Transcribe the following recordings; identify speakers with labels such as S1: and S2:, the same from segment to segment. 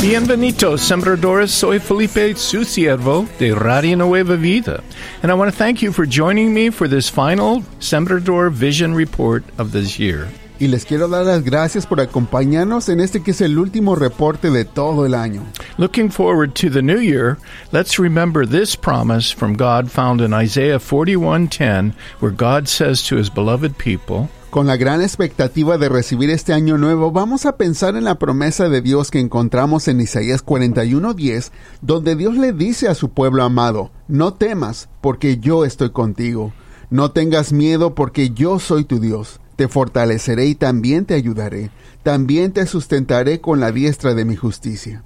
S1: Bienvenidos, sembradores. Soy Felipe, su siervo de Radio Nueva Vida. And I want to thank you for joining me for this final Sembrador Vision Report of this year.
S2: Y les quiero dar las gracias por acompañarnos en este que es el último reporte de todo el año.
S1: Looking forward to the new year, let's remember this promise from God found in Isaiah 41:10, where God says to his beloved people,
S2: Con la gran expectativa de recibir este año nuevo, vamos a pensar en la promesa de Dios que encontramos en Isaías 41:10, donde Dios le dice a su pueblo amado, no temas, porque yo estoy contigo, no tengas miedo, porque yo soy tu Dios, te fortaleceré y también te ayudaré, también te sustentaré con la diestra de mi justicia.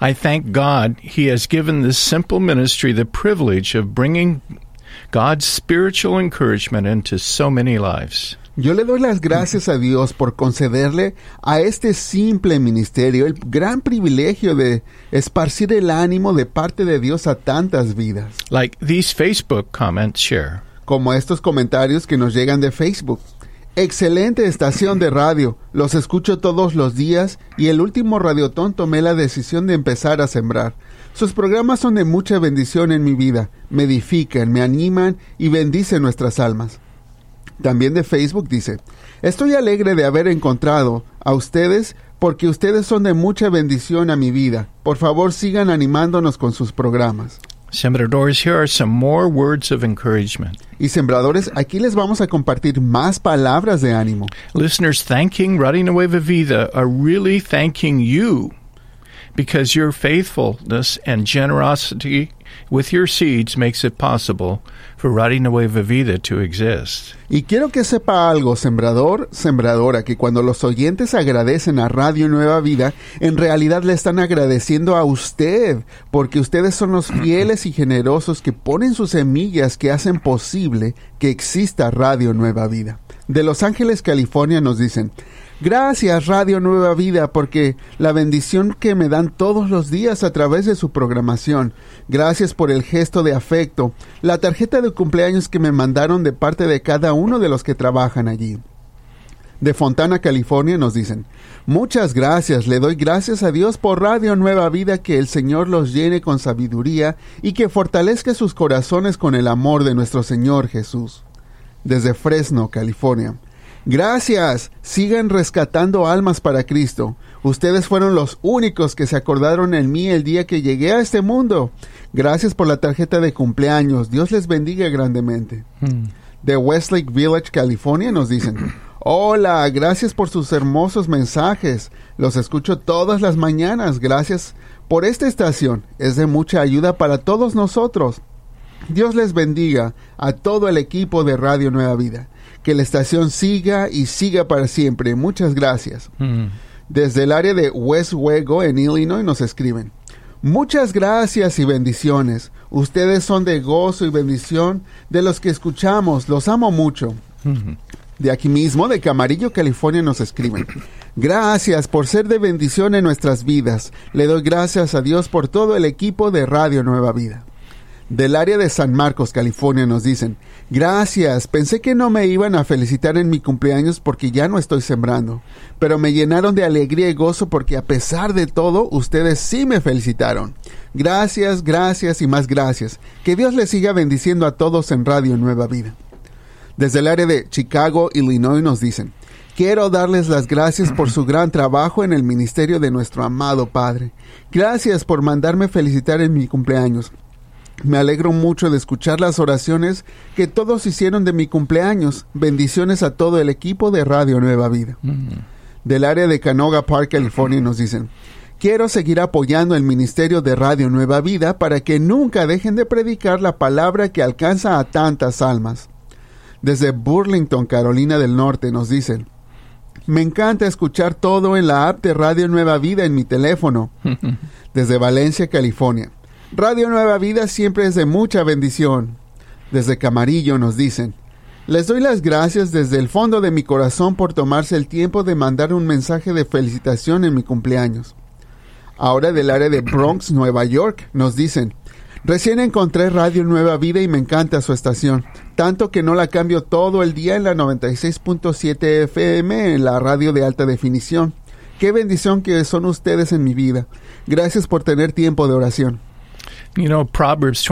S1: I thank God He has given this simple ministry the privilege of bringing God's spiritual encouragement into so many lives.
S2: Yo le doy las gracias a Dios por concederle a este simple ministerio el gran privilegio de esparcir el ánimo de parte de Dios a tantas vidas,
S1: Like these Facebook comments share.
S2: como estos comentarios que nos llegan de Facebook. Excelente estación de radio, los escucho todos los días y el último radiotón tomé la decisión de empezar a sembrar. Sus programas son de mucha bendición en mi vida, me edifican, me animan y bendicen nuestras almas. También de Facebook dice, estoy alegre de haber encontrado a ustedes porque ustedes son de mucha bendición a mi vida. Por favor sigan animándonos con sus programas.
S1: Sembradores, here are some more words of encouragement.
S2: Y sembradores, aquí les vamos a compartir más palabras de ánimo.
S1: Listeners thanking Radio Nueva Vida are really thanking you because your faithfulness and generosity with your seeds makes it possible for Radio Nueva Vida to exist.
S2: Y quiero que sepa algo, sembrador, sembradora, que cuando los oyentes agradecen a Radio Nueva Vida, en realidad le están agradeciendo a usted, porque ustedes son los fieles y generosos que ponen sus semillas que hacen posible que exista Radio Nueva Vida. De Los Ángeles, California, nos dicen, gracias Radio Nueva Vida, porque la bendición que me dan todos los días a través de su programación. Gracias por el gesto de afecto, la tarjeta de cumpleaños que me mandaron de parte de cada uno de los que trabajan allí. De Fontana, California, nos dicen, muchas gracias, le doy gracias a Dios por Radio Nueva Vida, que el Señor los llene con sabiduría y que fortalezca sus corazones con el amor de nuestro Señor Jesús desde Fresno, California. Gracias, sigan rescatando almas para Cristo. Ustedes fueron los únicos que se acordaron en mí el día que llegué a este mundo. Gracias por la tarjeta de cumpleaños. Dios les bendiga grandemente. De Westlake Village, California, nos dicen, hola, gracias por sus hermosos mensajes. Los escucho todas las mañanas. Gracias por esta estación. Es de mucha ayuda para todos nosotros. Dios les bendiga a todo el equipo de Radio Nueva Vida. Que la estación siga y siga para siempre. Muchas gracias. Desde el área de West Wego, en Illinois, nos escriben. Muchas gracias y bendiciones. Ustedes son de gozo y bendición de los que escuchamos. Los amo mucho. De aquí mismo, de Camarillo, California, nos escriben. Gracias por ser de bendición en nuestras vidas. Le doy gracias a Dios por todo el equipo de Radio Nueva Vida. Del área de San Marcos, California, nos dicen, gracias, pensé que no me iban a felicitar en mi cumpleaños porque ya no estoy sembrando, pero me llenaron de alegría y gozo porque a pesar de todo, ustedes sí me felicitaron. Gracias, gracias y más gracias. Que Dios les siga bendiciendo a todos en Radio Nueva Vida. Desde el área de Chicago, Illinois, nos dicen, quiero darles las gracias por su gran trabajo en el ministerio de nuestro amado Padre. Gracias por mandarme felicitar en mi cumpleaños. Me alegro mucho de escuchar las oraciones que todos hicieron de mi cumpleaños. Bendiciones a todo el equipo de Radio Nueva Vida. Del área de Canoga Park, California, nos dicen, quiero seguir apoyando el ministerio de Radio Nueva Vida para que nunca dejen de predicar la palabra que alcanza a tantas almas. Desde Burlington, Carolina del Norte, nos dicen, me encanta escuchar todo en la app de Radio Nueva Vida en mi teléfono. Desde Valencia, California. Radio Nueva Vida siempre es de mucha bendición. Desde Camarillo nos dicen. Les doy las gracias desde el fondo de mi corazón por tomarse el tiempo de mandar un mensaje de felicitación en mi cumpleaños. Ahora del área de Bronx, Nueva York, nos dicen. Recién encontré Radio Nueva Vida y me encanta su estación, tanto que no la cambio todo el día en la 96.7 FM en la radio de alta definición. Qué bendición que son ustedes en mi vida. Gracias por tener tiempo de oración.
S1: You know, Proverbs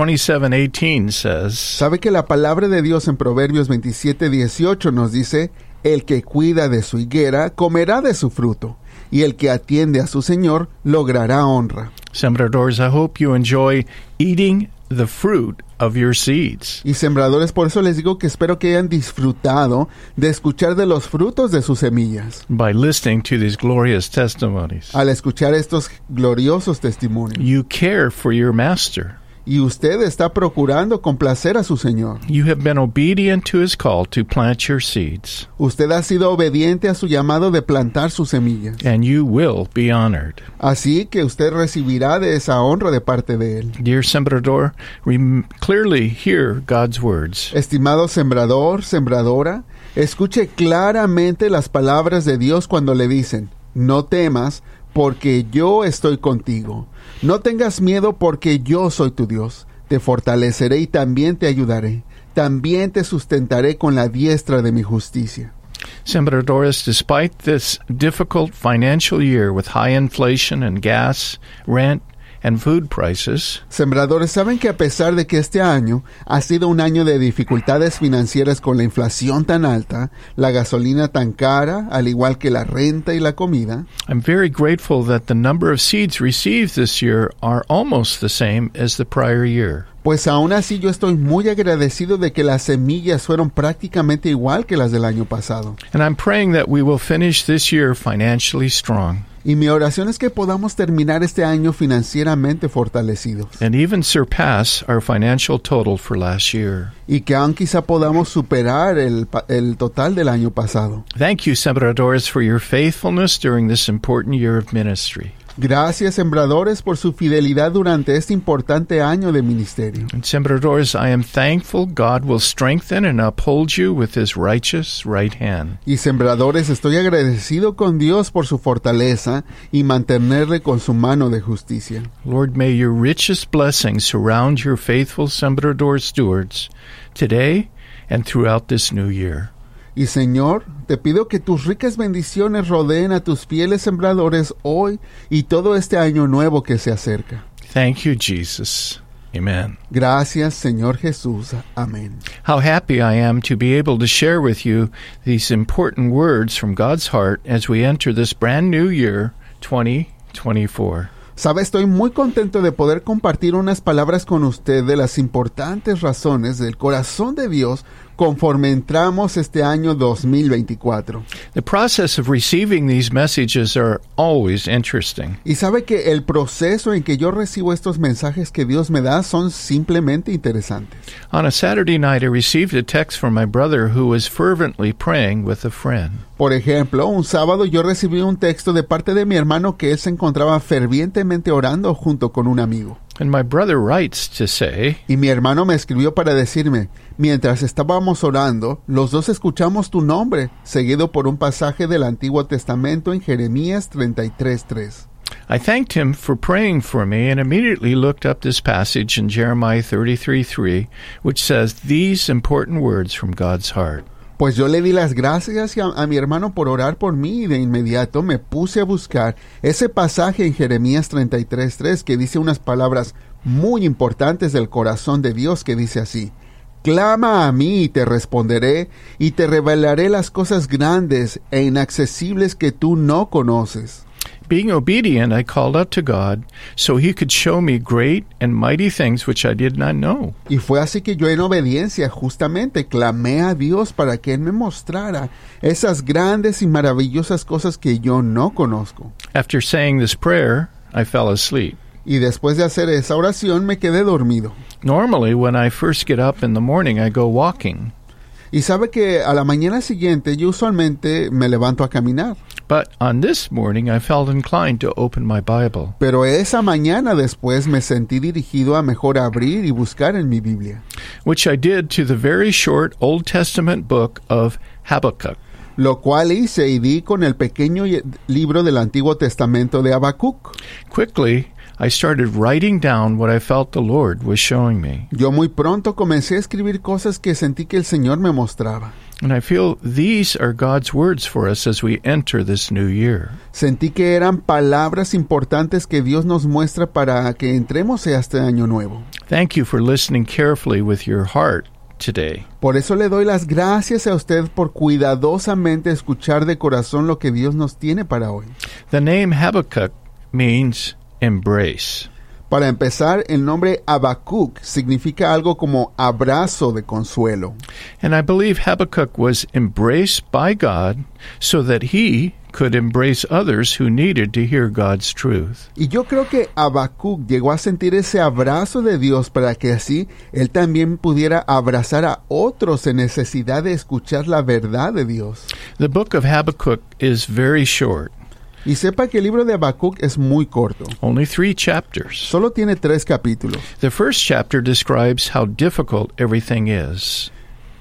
S1: 27:18 says,
S2: Sabe que la palabra de Dios en Proverbios 27, 18 nos dice, el que cuida de su higuera comerá de su fruto, y el que atiende a su Señor logrará honra.
S1: Sembradores, I hope you enjoy eating the fruit of your seeds.
S2: Y sembradores, por eso les digo que espero que hayan disfrutado de escuchar de los frutos de sus semillas,
S1: by listening to these glorious testimonies.
S2: al escuchar estos gloriosos testimonios.
S1: You care for your master.
S2: Y usted está procurando complacer a su Señor.
S1: You have been obedient to his call to plant your seeds,
S2: Usted ha sido obediente a su llamado de plantar sus semillas.
S1: and you will be honored.
S2: Así que usted recibirá de esa honra de parte de Él.
S1: Dear Sembrador, rem- clearly hear God's words.
S2: Estimado sembrador, sembradora, escuche claramente las palabras de Dios cuando le dicen, no temas porque yo estoy contigo, no tengas miedo porque yo soy tu Dios, te fortaleceré y también te ayudaré, también te sustentaré con la diestra de mi justicia.
S1: Sembradores, despite this difficult financial year with high inflation and gas, rent, and food prices,
S2: Sembradores saben que a pesar de que este año ha sido un año de dificultades financieras con la inflación tan alta, la gasolina tan cara, al igual que la renta y la comida,
S1: I'm very grateful that the number of seeds received this year are almost the same as the prior year.
S2: Pues aún así yo estoy muy agradecido de que las semillas fueron prácticamente igual que las del año pasado.
S1: And I'm praying that we will finish this year financially strong
S2: Y mi oración es que podamos terminar este año financieramente fortalecidos
S1: and even surpass our financial total for last year.
S2: y que aún quizá podamos superar el, pa- el total del año pasado.
S1: Thank you, Sembradores, for your faithfulness during this important year of ministry.
S2: Gracias sembradores por su fidelidad durante este importante año de ministerio.
S1: And Sembradores, I am thankful God will strengthen and uphold you with his righteous right hand.
S2: Y sembradores estoy agradecido con Dios por su fortaleza y mantenerle con su mano de justicia.
S1: Lord, may your richest blessings surround your faithful Sembrador stewards today and throughout this new year.
S2: Y Señor, te pido que tus ricas bendiciones rodeen a tus fieles sembradores hoy y todo este año nuevo que se acerca.
S1: Thank you, Jesus. Amen.
S2: Gracias, Señor Jesús. Amén.
S1: How happy I am to be able to share with you these important words from God's heart as we enter this brand new year, 2024.
S2: Sabe, estoy muy contento de poder compartir unas palabras con usted de las importantes razones del corazón de Dios conforme entramos este año 2024.
S1: The process of receiving these messages are always interesting.
S2: Y sabe que el proceso en que yo recibo estos mensajes que Dios me da son simplemente interesantes.
S1: On a Saturday night, I received a text from my brother who was fervently praying with a friend.
S2: Por ejemplo, un sábado yo recibí un texto de parte de mi hermano que él se encontraba fervientemente orando junto con un amigo.
S1: And my brother writes to say,
S2: Y mi hermano me escribió para decirme, mientras estábamos orando, los dos escuchamos tu nombre, seguido por un pasaje del Antiguo Testamento en Jeremías 33.3.
S1: I thanked him for praying for me and immediately looked up this passage in Jeremiah 33:3, which says these important words from God's heart.
S2: Pues yo le di las gracias a, a mi hermano por orar por mí y de inmediato me puse a buscar ese pasaje en Jeremías 33.3 que dice unas palabras muy importantes del corazón de Dios que dice así, Clama a mí y te responderé y te revelaré las cosas grandes e inaccesibles que tú no conoces.
S1: Being obedient, I called out to God so he could show me great and mighty things which I did not know.
S2: Y fue así que yo en obediencia justamente clamé a Dios para que Él me mostrara esas grandes y maravillosas cosas que yo no conozco.
S1: After saying this prayer, I fell asleep.
S2: Y después de hacer esa oración me quedé dormido.
S1: Normally, when I first get up in the morning, I go walking.
S2: Y sabe que a la mañana siguiente yo usualmente me levanto a caminar.
S1: But on this morning, I felt inclined to open my Bible.
S2: Pero esa mañana después me sentí dirigido a mejor abrir y buscar en mi Biblia.
S1: which I did to the very short Old Testament book of Habakkuk.
S2: Lo cual hice y di con el pequeño y- libro del Antiguo Testamento de Habacuc.
S1: Quickly, I started writing down what I felt the Lord was showing me.
S2: Yo muy pronto comencé a escribir cosas que sentí que el Señor me mostraba.
S1: And I feel these are God's words for us as we enter this new year.
S2: Sentí que eran palabras importantes que Dios nos muestra para que entremos a este año nuevo.
S1: Thank you for listening carefully with your heart today.
S2: Por eso le doy las gracias a usted por cuidadosamente escuchar de corazón lo que Dios nos tiene para hoy.
S1: The name Habakkuk means embrace.
S2: Para empezar, el nombre Habacuc significa algo como abrazo de consuelo.
S1: And I believe Habakkuk was embraced by God so that he could embrace others who needed to hear God's truth.
S2: Y yo creo que Habacuc llegó a sentir ese abrazo de Dios para que así él también pudiera abrazar a otros en necesidad de escuchar la verdad de Dios.
S1: The book of Habakkuk is very short,
S2: Y sepa que el libro de Habacuc es muy corto.
S1: only three chapters.
S2: Solo tiene tres capítulos.
S1: The first chapter describes how difficult everything is.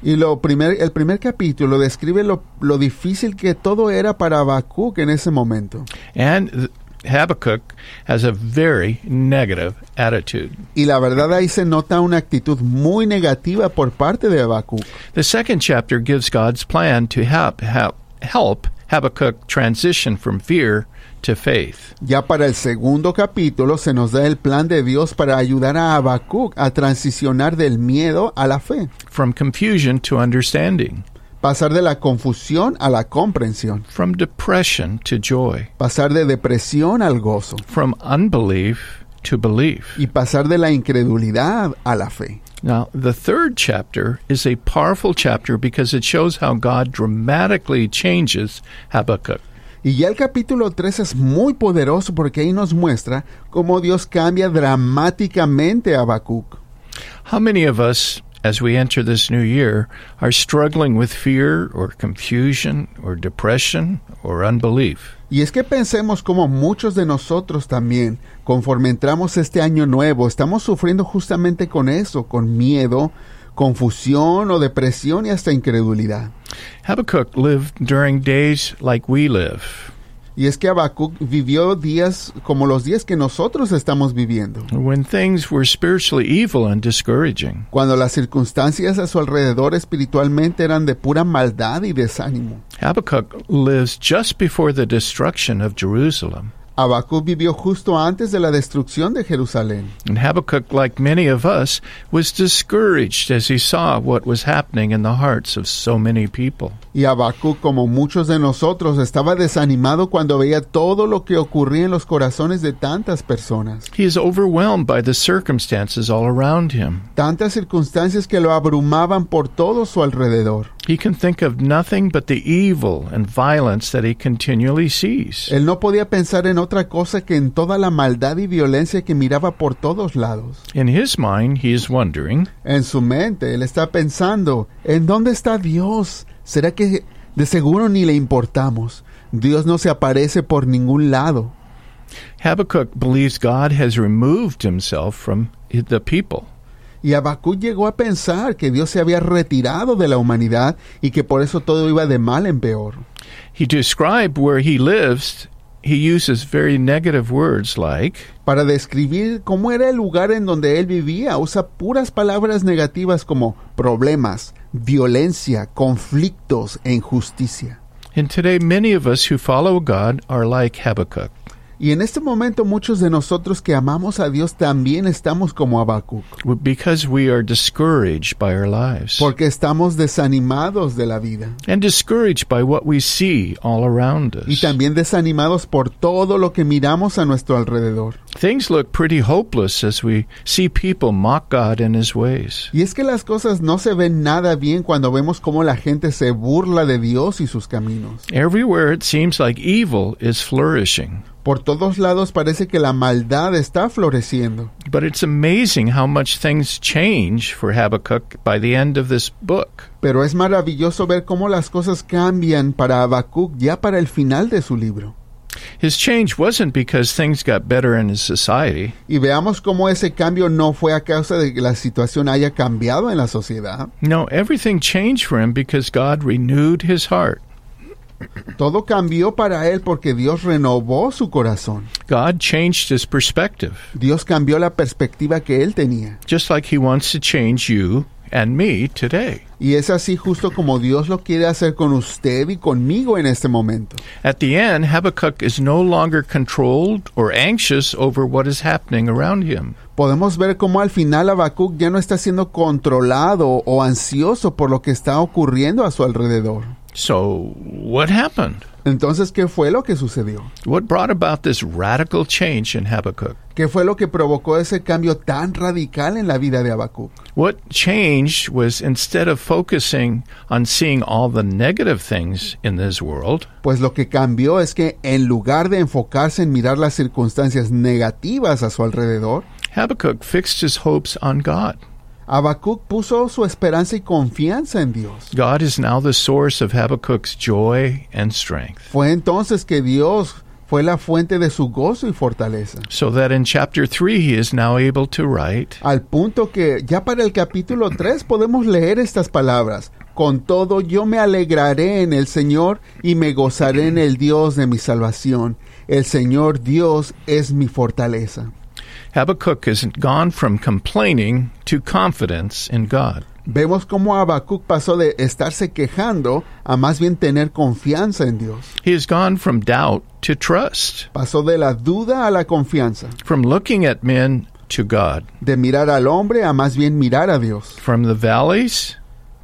S2: Y lo primer, el primer capítulo describe lo, lo difícil que todo era para Habacuc en ese momento.
S1: And th- Habakkuk has a very negative attitude.
S2: Y la verdad ahí se nota una actitud muy negativa por parte de Habacuc.
S1: The second chapter gives God's plan to help, help, help Habakkuk transition from fear to faith.
S2: Ya para el segundo capítulo se nos da el plan de Dios para ayudar a Habacuc a transicionar del miedo a la fe,
S1: from confusion to understanding,
S2: pasar de la confusión a la comprensión,
S1: from depression to joy,
S2: pasar de depresión al gozo
S1: from unbelief to belief.
S2: y pasar de la incredulidad a la fe.
S1: Now, the third chapter is a powerful chapter because it shows how God dramatically changes Habakkuk.
S2: Y ya el capítulo 3 es muy poderoso porque ahí nos muestra cómo Dios cambia dramáticamente a Habacuc.
S1: How many of us, as we enter this new year, are struggling with fear or confusion or depression or unbelief?
S2: Y es que pensemos como muchos de nosotros también, conforme entramos este año nuevo, estamos sufriendo justamente con eso, con miedo, confusión o depresión y hasta incredulidad.
S1: Habakkuk lived during days like we live,
S2: Y es que Habacuc vivió días como los días que nosotros estamos viviendo,
S1: when things were spiritually evil and discouraging.
S2: cuando las circunstancias a su alrededor espiritualmente eran de pura maldad y desánimo.
S1: Habakkuk lives just before the destruction of Jerusalem.
S2: Habacuc vivió justo antes de la destrucción de Jerusalén.
S1: And Habakkuk, like many of us, was discouraged as he saw what was happening in the hearts of so many people.
S2: Y Habacuc, como muchos de nosotros, estaba desanimado cuando veía todo lo que ocurría en los corazones de tantas personas,
S1: He is overwhelmed by the circumstances all around him.
S2: tantas circunstancias que lo abrumaban por todo su alrededor.
S1: He can think of nothing but the evil and violence that he continually sees.
S2: Él no podía pensar en otra cosa que en toda la maldad y violencia que miraba por todos lados.
S1: In his mind, he is wondering,
S2: En su mente, él está pensando, ¿en dónde está Dios? ¿Será que de seguro ni le importamos? Dios no se aparece por ningún lado.
S1: Habakkuk believes God has removed himself from the people.
S2: Y Habacuc llegó a pensar que Dios se había retirado de la humanidad y que por eso todo iba de mal en peor.
S1: He described where he lives. He uses very negative words like
S2: Para describir cómo era el lugar en donde él vivía, usa puras palabras negativas como problemas, violencia, conflictos e injusticia.
S1: and today many of us who follow God are like Habakkuk.
S2: Y en este momento muchos de nosotros que amamos a Dios también estamos como Habacuc,
S1: because we are discouraged by our lives
S2: porque estamos desanimados de la vida
S1: and discouraged by what we see all around
S2: y
S1: us.
S2: también desanimados por todo lo que miramos a nuestro alrededor.
S1: Things look pretty hopeless as we see people mock God and his ways.
S2: Y es que las cosas no se ven nada bien cuando vemos cómo la gente se burla de Dios y sus caminos.
S1: Everywhere it seems like evil is flourishing.
S2: Por todos lados parece que la maldad está floreciendo.
S1: But it's amazing how much things change for Habakkuk by the end of this book.
S2: Pero es maravilloso ver cómo las cosas cambian para Habacuc ya para el final de su libro.
S1: His change wasn't because things got better in his society.
S2: Y veamos cómo ese cambio no fue a causa de que la situación haya cambiado en la sociedad.
S1: No, everything changed for him because God renewed his heart.
S2: Todo cambió para él porque Dios renovó su corazón.
S1: God changed his perspective,
S2: Dios cambió la perspectiva que él tenía.
S1: just like he wants to change you and me today.
S2: Y es así justo como Dios lo quiere hacer con usted y conmigo en este momento.
S1: At the end, Habakkuk is no longer controlled or anxious over what is happening around him.
S2: Podemos ver cómo al final Habacuc ya no está siendo controlado o ansioso por lo que está ocurriendo a su alrededor.
S1: So, what happened?
S2: Entonces, ¿qué fue lo que sucedió?
S1: What brought about this radical change in Habakkuk?
S2: ¿Qué fue lo que provocó ese cambio tan radical en la vida de Habacuc?
S1: What changed was instead of focusing on seeing all the negative things in this world,
S2: Pues lo que cambió es que en lugar de enfocarse en mirar las circunstancias negativas a su alrededor,
S1: Habakkuk fixed his hopes on God.
S2: Habacuc puso su esperanza y confianza en Dios.
S1: God is now the source of Habakkuk's joy and strength.
S2: Fue entonces que Dios fue la fuente de su gozo y fortaleza.
S1: So that in chapter 3 he is now able to write,
S2: Al punto que ya para el capítulo 3 podemos leer estas palabras. Con todo yo me alegraré en el Señor y me gozaré en el Dios de mi salvación. El Señor Dios es mi fortaleza.
S1: Habakkuk has gone from complaining to confidence in God.
S2: Vemos cómo Habacuc pasó de estarse quejando a más bien tener confianza en Dios.
S1: He has gone from doubt to trust,
S2: Pasó de la duda a la confianza,
S1: from looking at men to God,
S2: de mirar al hombre a más bien mirar a Dios.
S1: from the valleys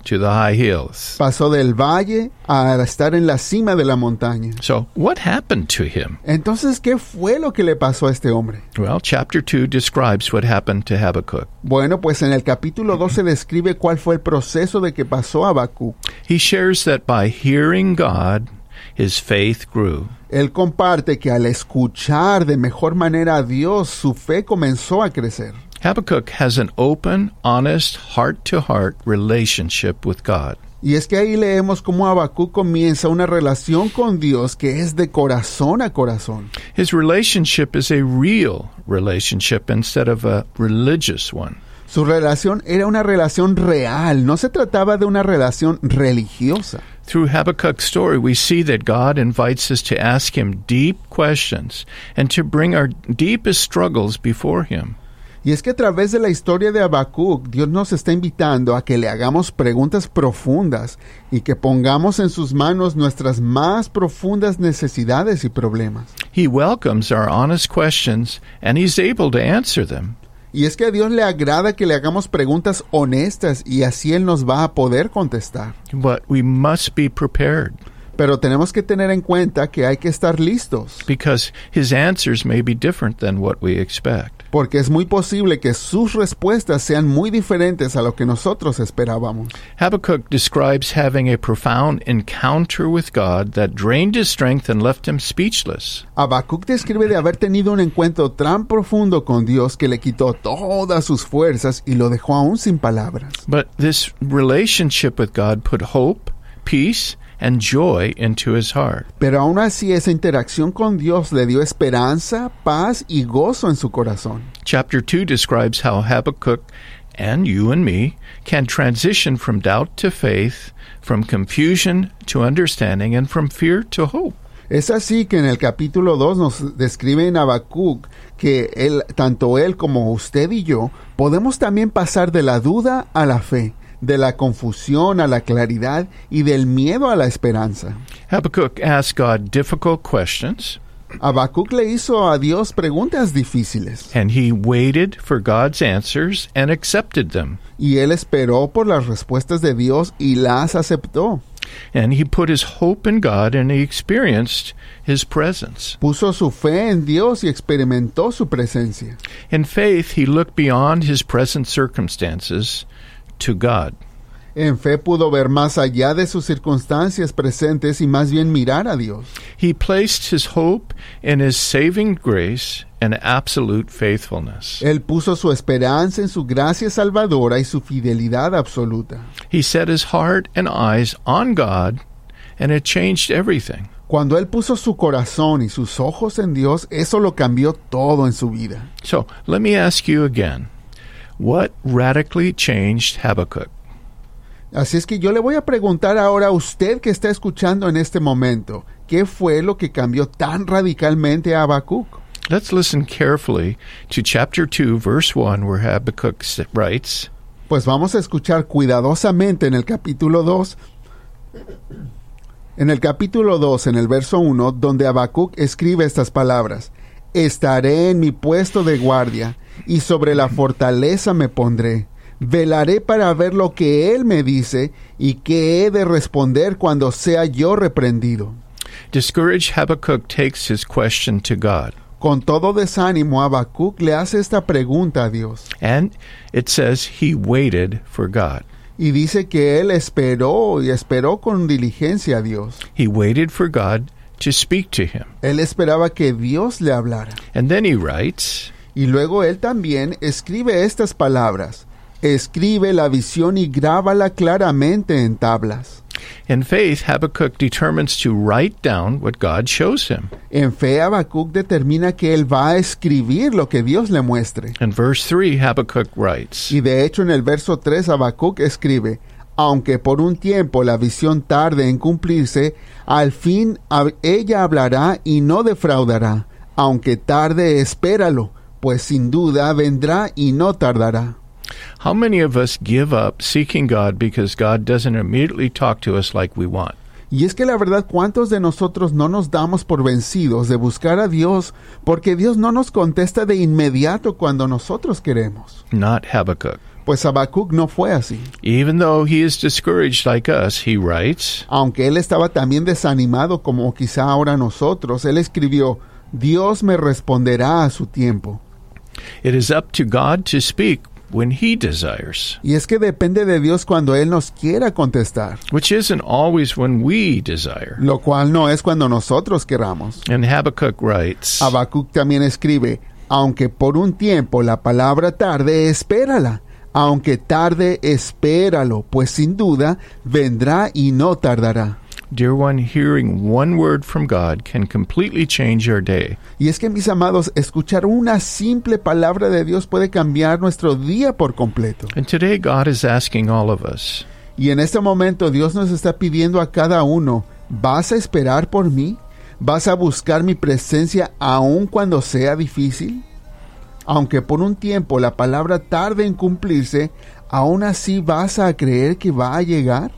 S1: to the high hills.
S2: Pasó del valle a estar en la cima de la montaña.
S1: So, what happened to him?
S2: Entonces, ¿qué fue lo que le pasó a este hombre?
S1: Well, chapter 2 describes what happened to Habakkuk.
S2: Bueno, pues en el capítulo 2 se describe cuál fue el proceso de que pasó a Habacuc.
S1: He shares that by hearing God, his faith grew.
S2: Él comparte que al escuchar de mejor manera a Dios, su fe comenzó a crecer.
S1: Habakkuk has an open, honest, heart to heart relationship with God.
S2: Y es que ahí leemos cómo Habacuc comienza una relación con Dios que es de corazón a corazón.
S1: His relationship is a real relationship instead of a religious one.
S2: Su relación era una relación real, no se trataba de una relación religiosa.
S1: Through Habakkuk's story, we see that God invites us to ask Him deep questions and to bring our deepest struggles before Him.
S2: Y es que a través de la historia de Habacuc, Dios nos está invitando a que le hagamos preguntas profundas y que pongamos en sus manos nuestras más profundas necesidades y problemas.
S1: He welcomes our honest questions and He's able to answer them.
S2: Y es que a Dios le agrada que le hagamos preguntas honestas y así Él nos va a poder contestar.
S1: But we must be prepared
S2: Pero tenemos que tener en cuenta que hay que estar listos,
S1: because His answers may be different than what we expect.
S2: porque es muy posible que sus respuestas sean muy diferentes a lo que nosotros esperábamos.
S1: Habakkuk describes having a profound encounter with God that drained his strength and left him speechless.
S2: Habacuc describe de haber tenido un encuentro tan profundo con Dios que le quitó todas sus fuerzas y lo dejó aún sin palabras.
S1: But this relationship with God put hope, peace, and joy into his heart.
S2: Pero aún así esa interacción con Dios le dio esperanza, paz y gozo en su corazón.
S1: Chapter 2 describes how Habakkuk and you and me can transition from doubt to faith, from confusion to understanding, and from fear to hope.
S2: Es así que en el capítulo 2 nos describe en Habacuc que él, tanto él como usted y yo podemos también pasar de la duda a la fe, de la confusión a la claridad y del miedo a la esperanza.
S1: Habakkuk asked God difficult questions,
S2: Habacuc le hizo a Dios preguntas difíciles.
S1: and he waited for God's answers and accepted them.
S2: Y él esperó por las respuestas de Dios y las aceptó.
S1: And he put his hope in God and he experienced his presence.
S2: Puso su fe en Dios y experimentó su presencia.
S1: In faith, he looked beyond his present circumstances to God.
S2: En fe pudo ver más allá de sus circunstancias presentes y más bien mirar a Dios.
S1: He placed his hope in his saving grace and absolute faithfulness.
S2: Él puso su esperanza en su gracia salvadora y su fidelidad absoluta.
S1: He set his heart and eyes on God, and it changed everything.
S2: Cuando él puso su corazón y sus ojos en Dios, eso lo cambió todo en su vida.
S1: So let me ask you again what radically changed Habakkuk?
S2: Así es que yo le voy a preguntar ahora a usted que está escuchando en este momento, ¿qué fue lo que cambió tan radicalmente a Habacuc?
S1: Let's listen carefully to chapter 2, verse 1, where Habakkuk s- writes
S2: Pues vamos a escuchar cuidadosamente en el capítulo 2, en el capítulo 2, en el verso 1, donde Habacuc escribe estas palabras. Estaré en mi puesto de guardia y sobre la fortaleza me pondré. Velaré para ver lo que él me dice y qué he de responder cuando sea yo reprendido.
S1: Discouraged, Habakkuk takes his question to God.
S2: Con todo desánimo, Habacuc le hace esta pregunta a Dios
S1: And it says he waited for God.
S2: y dice que él esperó y esperó con diligencia a Dios.
S1: He waited for God to speak to him.
S2: Él esperaba que Dios le hablara.
S1: And then he writes,
S2: Y luego él también escribe estas palabras. Escribe la visión y grábala claramente en tablas.
S1: In faith, Habakkuk determines to write down what God shows him.
S2: En fe, Habacuc determina que él va a escribir lo que Dios le muestre.
S1: In verse 3, Habakkuk writes,
S2: Y de hecho en el verso 3 Habacuc escribe, aunque por un tiempo la visión tarde en cumplirse, al fin hab- ella hablará y no defraudará, aunque tarde espéralo, pues sin duda vendrá y no tardará.
S1: How many of us give up seeking God because God doesn't immediately talk to us like we want?
S2: Y es que la verdad, ¿cuántos de nosotros no nos damos por vencidos de buscar a Dios porque Dios no nos contesta de inmediato cuando nosotros queremos?
S1: Not Habakkuk.
S2: Pues Habacuc no fue así.
S1: Even though he is discouraged like us, he writes,
S2: Aunque él estaba también desanimado como quizá ahora nosotros, él escribió, Dios me responderá a su tiempo.
S1: It is up to God to speak when he desires,
S2: Y es que depende de Dios cuando Él nos quiera contestar,
S1: which isn't always when we desire.
S2: lo cual no es cuando nosotros queramos.
S1: And Habakkuk writes,
S2: Habacuc también escribe, aunque por un tiempo la palabra tarde, espérala. Aunque tarde, espéralo, pues sin duda vendrá y no tardará.
S1: Dear one, hearing one word from God can completely change your day.
S2: Y es que, mis amados, escuchar una simple palabra de Dios puede cambiar nuestro día por completo.
S1: And today, God is asking all of us,
S2: Y en este momento Dios nos está pidiendo a cada uno, ¿vas a esperar por mí? ¿Vas a buscar mi presencia aun cuando sea difícil? Aunque por un tiempo la palabra tarde en cumplirse, aún así vas a creer que va a llegar?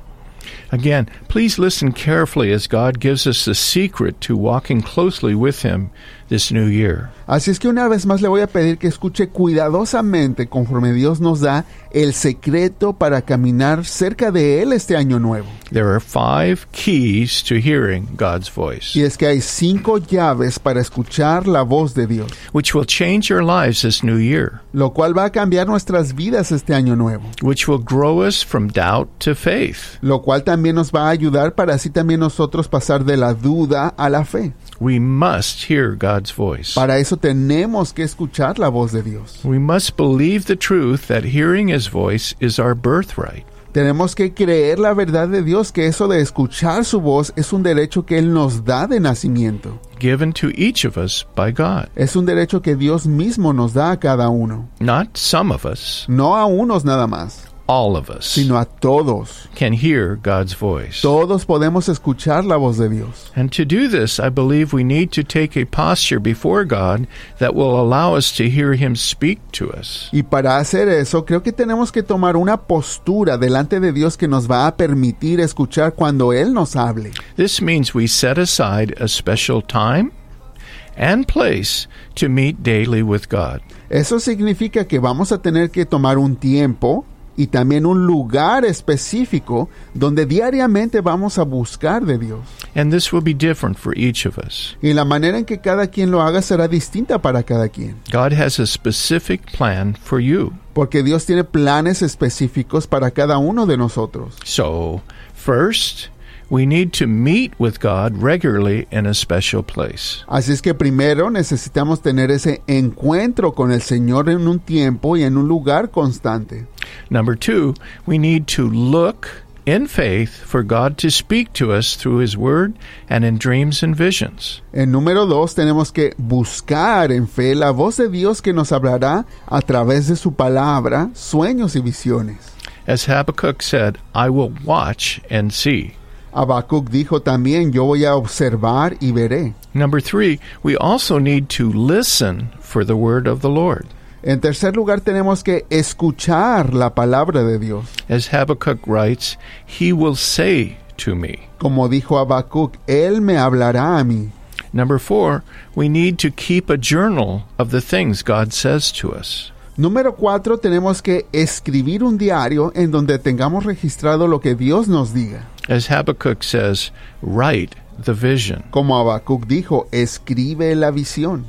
S1: Again, please listen carefully as God gives us the secret to walking closely with Him this new year.
S2: Así es que una vez más le voy a pedir que escuche cuidadosamente conforme Dios nos da el secreto para caminar cerca de Él este año nuevo.
S1: There are five keys to hearing God's voice,
S2: Y es que hay cinco llaves para escuchar la voz de Dios.
S1: which will change your lives this new year,
S2: lo cual va a cambiar nuestras vidas este año nuevo,
S1: which will grow us from doubt to faith.
S2: lo cual también nos va a ayudar para así también nosotros pasar de la duda a la fe.
S1: We must hear God's voice.
S2: Para eso tenemos que escuchar la voz de Dios.
S1: We must believe the truth that hearing His voice is our birthright.
S2: Tenemos que creer la verdad de Dios, que eso de escuchar su voz es un derecho que Él nos da de nacimiento.
S1: given to each of us by God.
S2: Es un derecho que Dios mismo nos da a cada uno,
S1: Not some of us,
S2: no a unos nada más,
S1: all of us
S2: sino a todos.
S1: can hear God's voice.
S2: Todos podemos escuchar la voz de Dios.
S1: And to do this, I believe we need to take a posture before God that will allow us to hear Him speak to us.
S2: Y para hacer eso, creo que tenemos que tomar una postura delante de Dios que nos va a permitir escuchar cuando Él nos hable.
S1: This means we set aside a special time and place to meet daily with God.
S2: Eso significa que vamos a tener que tomar un tiempo y también un lugar específico donde diariamente vamos a buscar de Dios.
S1: And this will be different for each of us.
S2: Y la manera en que cada quien lo haga será distinta para cada quien,
S1: God has a specific plan for you.
S2: porque Dios tiene planes específicos para cada uno de nosotros.
S1: So, first, we need to meet with God regularly in a special place.
S2: Así es que primero necesitamos tener ese encuentro con el Señor en un tiempo y en un lugar constante.
S1: Number two, we need to look in faith for God to speak to us through His Word and in dreams and visions.
S2: En número dos tenemos que buscar en fe la voz de Dios que nos hablará a través de su palabra, sueños y visiones.
S1: As Habakkuk said, I will watch and see.
S2: Habacuc dijo también, yo voy a observar y veré.
S1: Number three, we also need to listen for the Word of the Lord.
S2: En tercer lugar, tenemos que escuchar la palabra de Dios.
S1: As Habakkuk writes, He will say to me.
S2: Como dijo Habacuc, Él me hablará a mí.
S1: Number four, we need to keep a journal of the things God says to us.
S2: Número cuatro, tenemos que escribir un diario en donde tengamos registrado lo que Dios nos diga.
S1: As Habakkuk says, write the vision.
S2: Como Habacuc dijo, escribe la visión.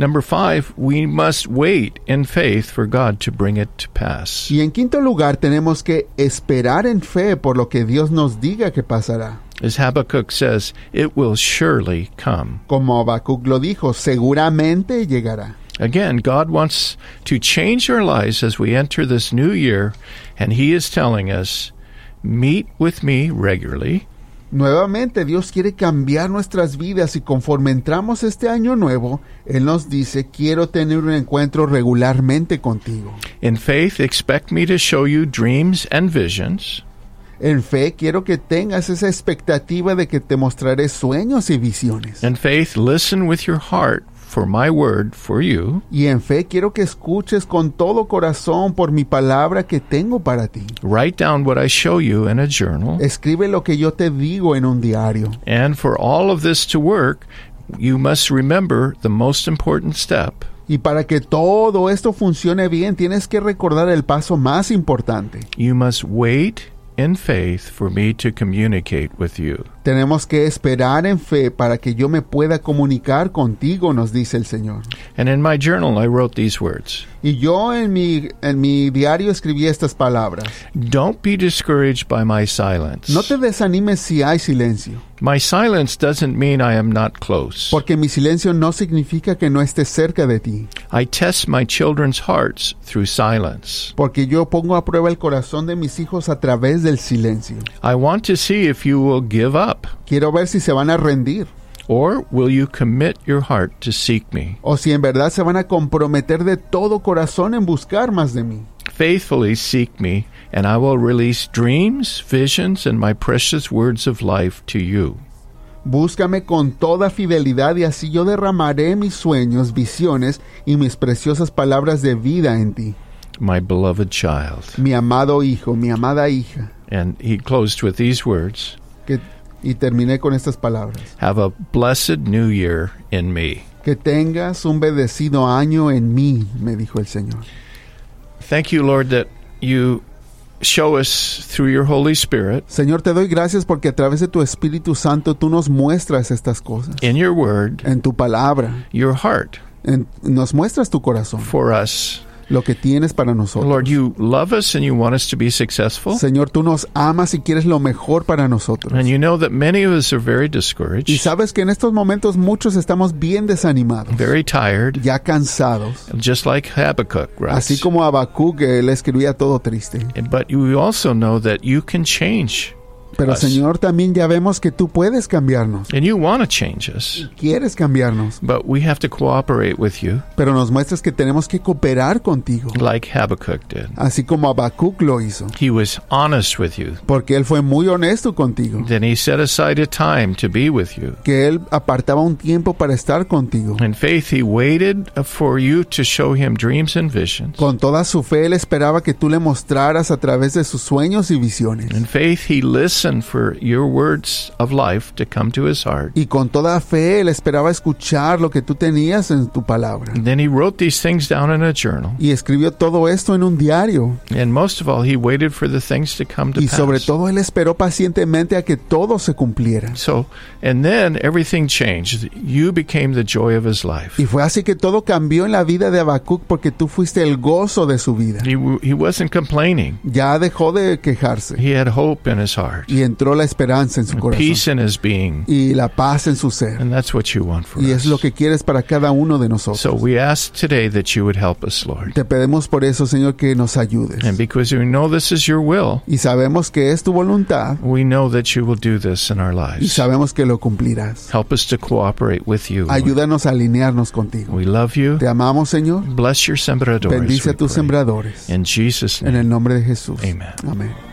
S1: Number five, we must wait in faith for God to bring it to pass.
S2: Y en quinto lugar, tenemos que esperar en fe por lo que Dios nos diga que pasará.
S1: As Habakkuk says, it will surely come.
S2: Como Habacuc lo dijo, seguramente llegará.
S1: Again, God wants to change our lives as we enter this new year, and He is telling us, meet with me regularly.
S2: Nuevamente, Dios quiere cambiar nuestras vidas y conforme entramos este año nuevo, Él nos dice, quiero tener un encuentro regularmente contigo.
S1: In faith, expect me to show you dreams and visions.
S2: En fe, quiero que tengas esa expectativa de que te mostraré sueños y visiones.
S1: In faith, listen with your heart for my word for you.
S2: Y en fe, quiero que escuches con todo corazón por mi palabra que tengo para ti.
S1: Write down what I show you in a journal.
S2: Escribe lo que yo te digo en un diario.
S1: And for all of this to work, you must remember the most important step
S2: Y para que todo esto funcione bien, tienes que recordar el paso más importante.
S1: You must wait in faith for me to communicate with you.
S2: Tenemos que esperar en fe para que yo me pueda comunicar contigo, nos dice el Señor.
S1: And in my journal, I wrote these words
S2: Y yo en mi, en mi diario escribí estas palabras.
S1: Don't be discouraged by my silence.
S2: No te desanimes si hay silencio,
S1: my silence doesn't mean I am not close.
S2: porque mi silencio no significa que no esté cerca de ti,
S1: I test my children's hearts through silence.
S2: porque yo pongo a prueba el corazón de mis hijos a través del silencio.
S1: I want to see if you will give up,
S2: Quiero ver si se van a rendir
S1: or will you commit your heart to seek me.
S2: o si en verdad se van a comprometer de todo corazón en buscar más de mí.
S1: Faithfully seek me, and I will release dreams, visions, and my precious words of life to you.
S2: Búscame con toda fidelidad y así yo derramaré mis sueños, visiones y mis preciosas palabras de vida en ti,
S1: my beloved child.
S2: mi amado hijo, mi amada hija.
S1: And he closed with these words
S2: Que, y terminé con estas palabras.
S1: Have a blessed new year in me.
S2: Que tengas un bendecido año en mí, me dijo el Señor.
S1: Thank you, Lord, that you show us through your Holy Spirit
S2: Señor, te doy gracias porque a través de tu Espíritu Santo tú nos muestras estas cosas.
S1: in your word
S2: En tu palabra,
S1: your heart
S2: en- nos muestras tu corazón,
S1: for us.
S2: lo que tienes para nosotros.
S1: Lord, you love us and you want us to be successful.
S2: Señor, tú nos amas y quieres lo mejor para nosotros.
S1: And you know that many of us are very discouraged,
S2: Y sabes que en estos momentos muchos estamos bien desanimados,
S1: very tired,
S2: ya cansados,
S1: just like Habakkuk, right?
S2: así como Habacuc que él escribía todo triste.
S1: But you also know that you can change
S2: Pero
S1: Así.
S2: Señor, también ya vemos que tú puedes cambiarnos,
S1: and you want to change us.
S2: quieres cambiarnos,
S1: But we have to cooperate with you
S2: pero nos muestras que tenemos que cooperar contigo,
S1: like Habakkuk did.
S2: así como Habacuc lo hizo,
S1: He was honest with you.
S2: porque él fue muy honesto contigo,
S1: Then he set aside a time to be with you.
S2: que él apartaba un tiempo para estar contigo.
S1: In faith, he waited for you to show him dreams and visions.
S2: Con toda su fe él esperaba que tú le mostraras a través de sus sueños y visiones.
S1: In faith, he listened for your words of life to come to his heart.
S2: Y con toda fe él esperaba escuchar lo que tú tenías en tu palabra.
S1: And then he wrote these things down in a journal.
S2: Y escribió todo esto en un diario.
S1: And most of all, he waited for the things to come to
S2: Y sobre
S1: pass.
S2: todo él esperó pacientemente a que todo se cumpliera.
S1: So, and then everything changed. You became the joy of his life.
S2: Y fue así que todo cambió en la vida de Habacuc porque tú fuiste el gozo de su vida.
S1: He, w- he wasn't complaining.
S2: Ya dejó de quejarse
S1: He had hope in his heart,
S2: y entró la esperanza en su corazón
S1: peace in his being.
S2: y la paz en su ser.
S1: And that's what you want for
S2: Y
S1: us.
S2: es lo que quieres para cada uno de nosotros.
S1: So we ask today that you would help us, Lord.
S2: Te pedimos por eso, Señor, que nos
S1: And
S2: ayudes.
S1: because we know this is your will,
S2: Y sabemos que es tu voluntad
S1: we know that you will do this in our
S2: y
S1: lives.
S2: sabemos que lo cumplirás.
S1: Help us to cooperate with you. Lord.
S2: Ayúdanos a alinearnos contigo.
S1: We love you.
S2: Te amamos, Señor.
S1: Bless your sembradores.
S2: Bendice
S1: we
S2: a tus
S1: pray.
S2: sembradores.
S1: In Jesus'
S2: En
S1: name.
S2: el nombre de Jesús.
S1: Amen.
S2: Amén.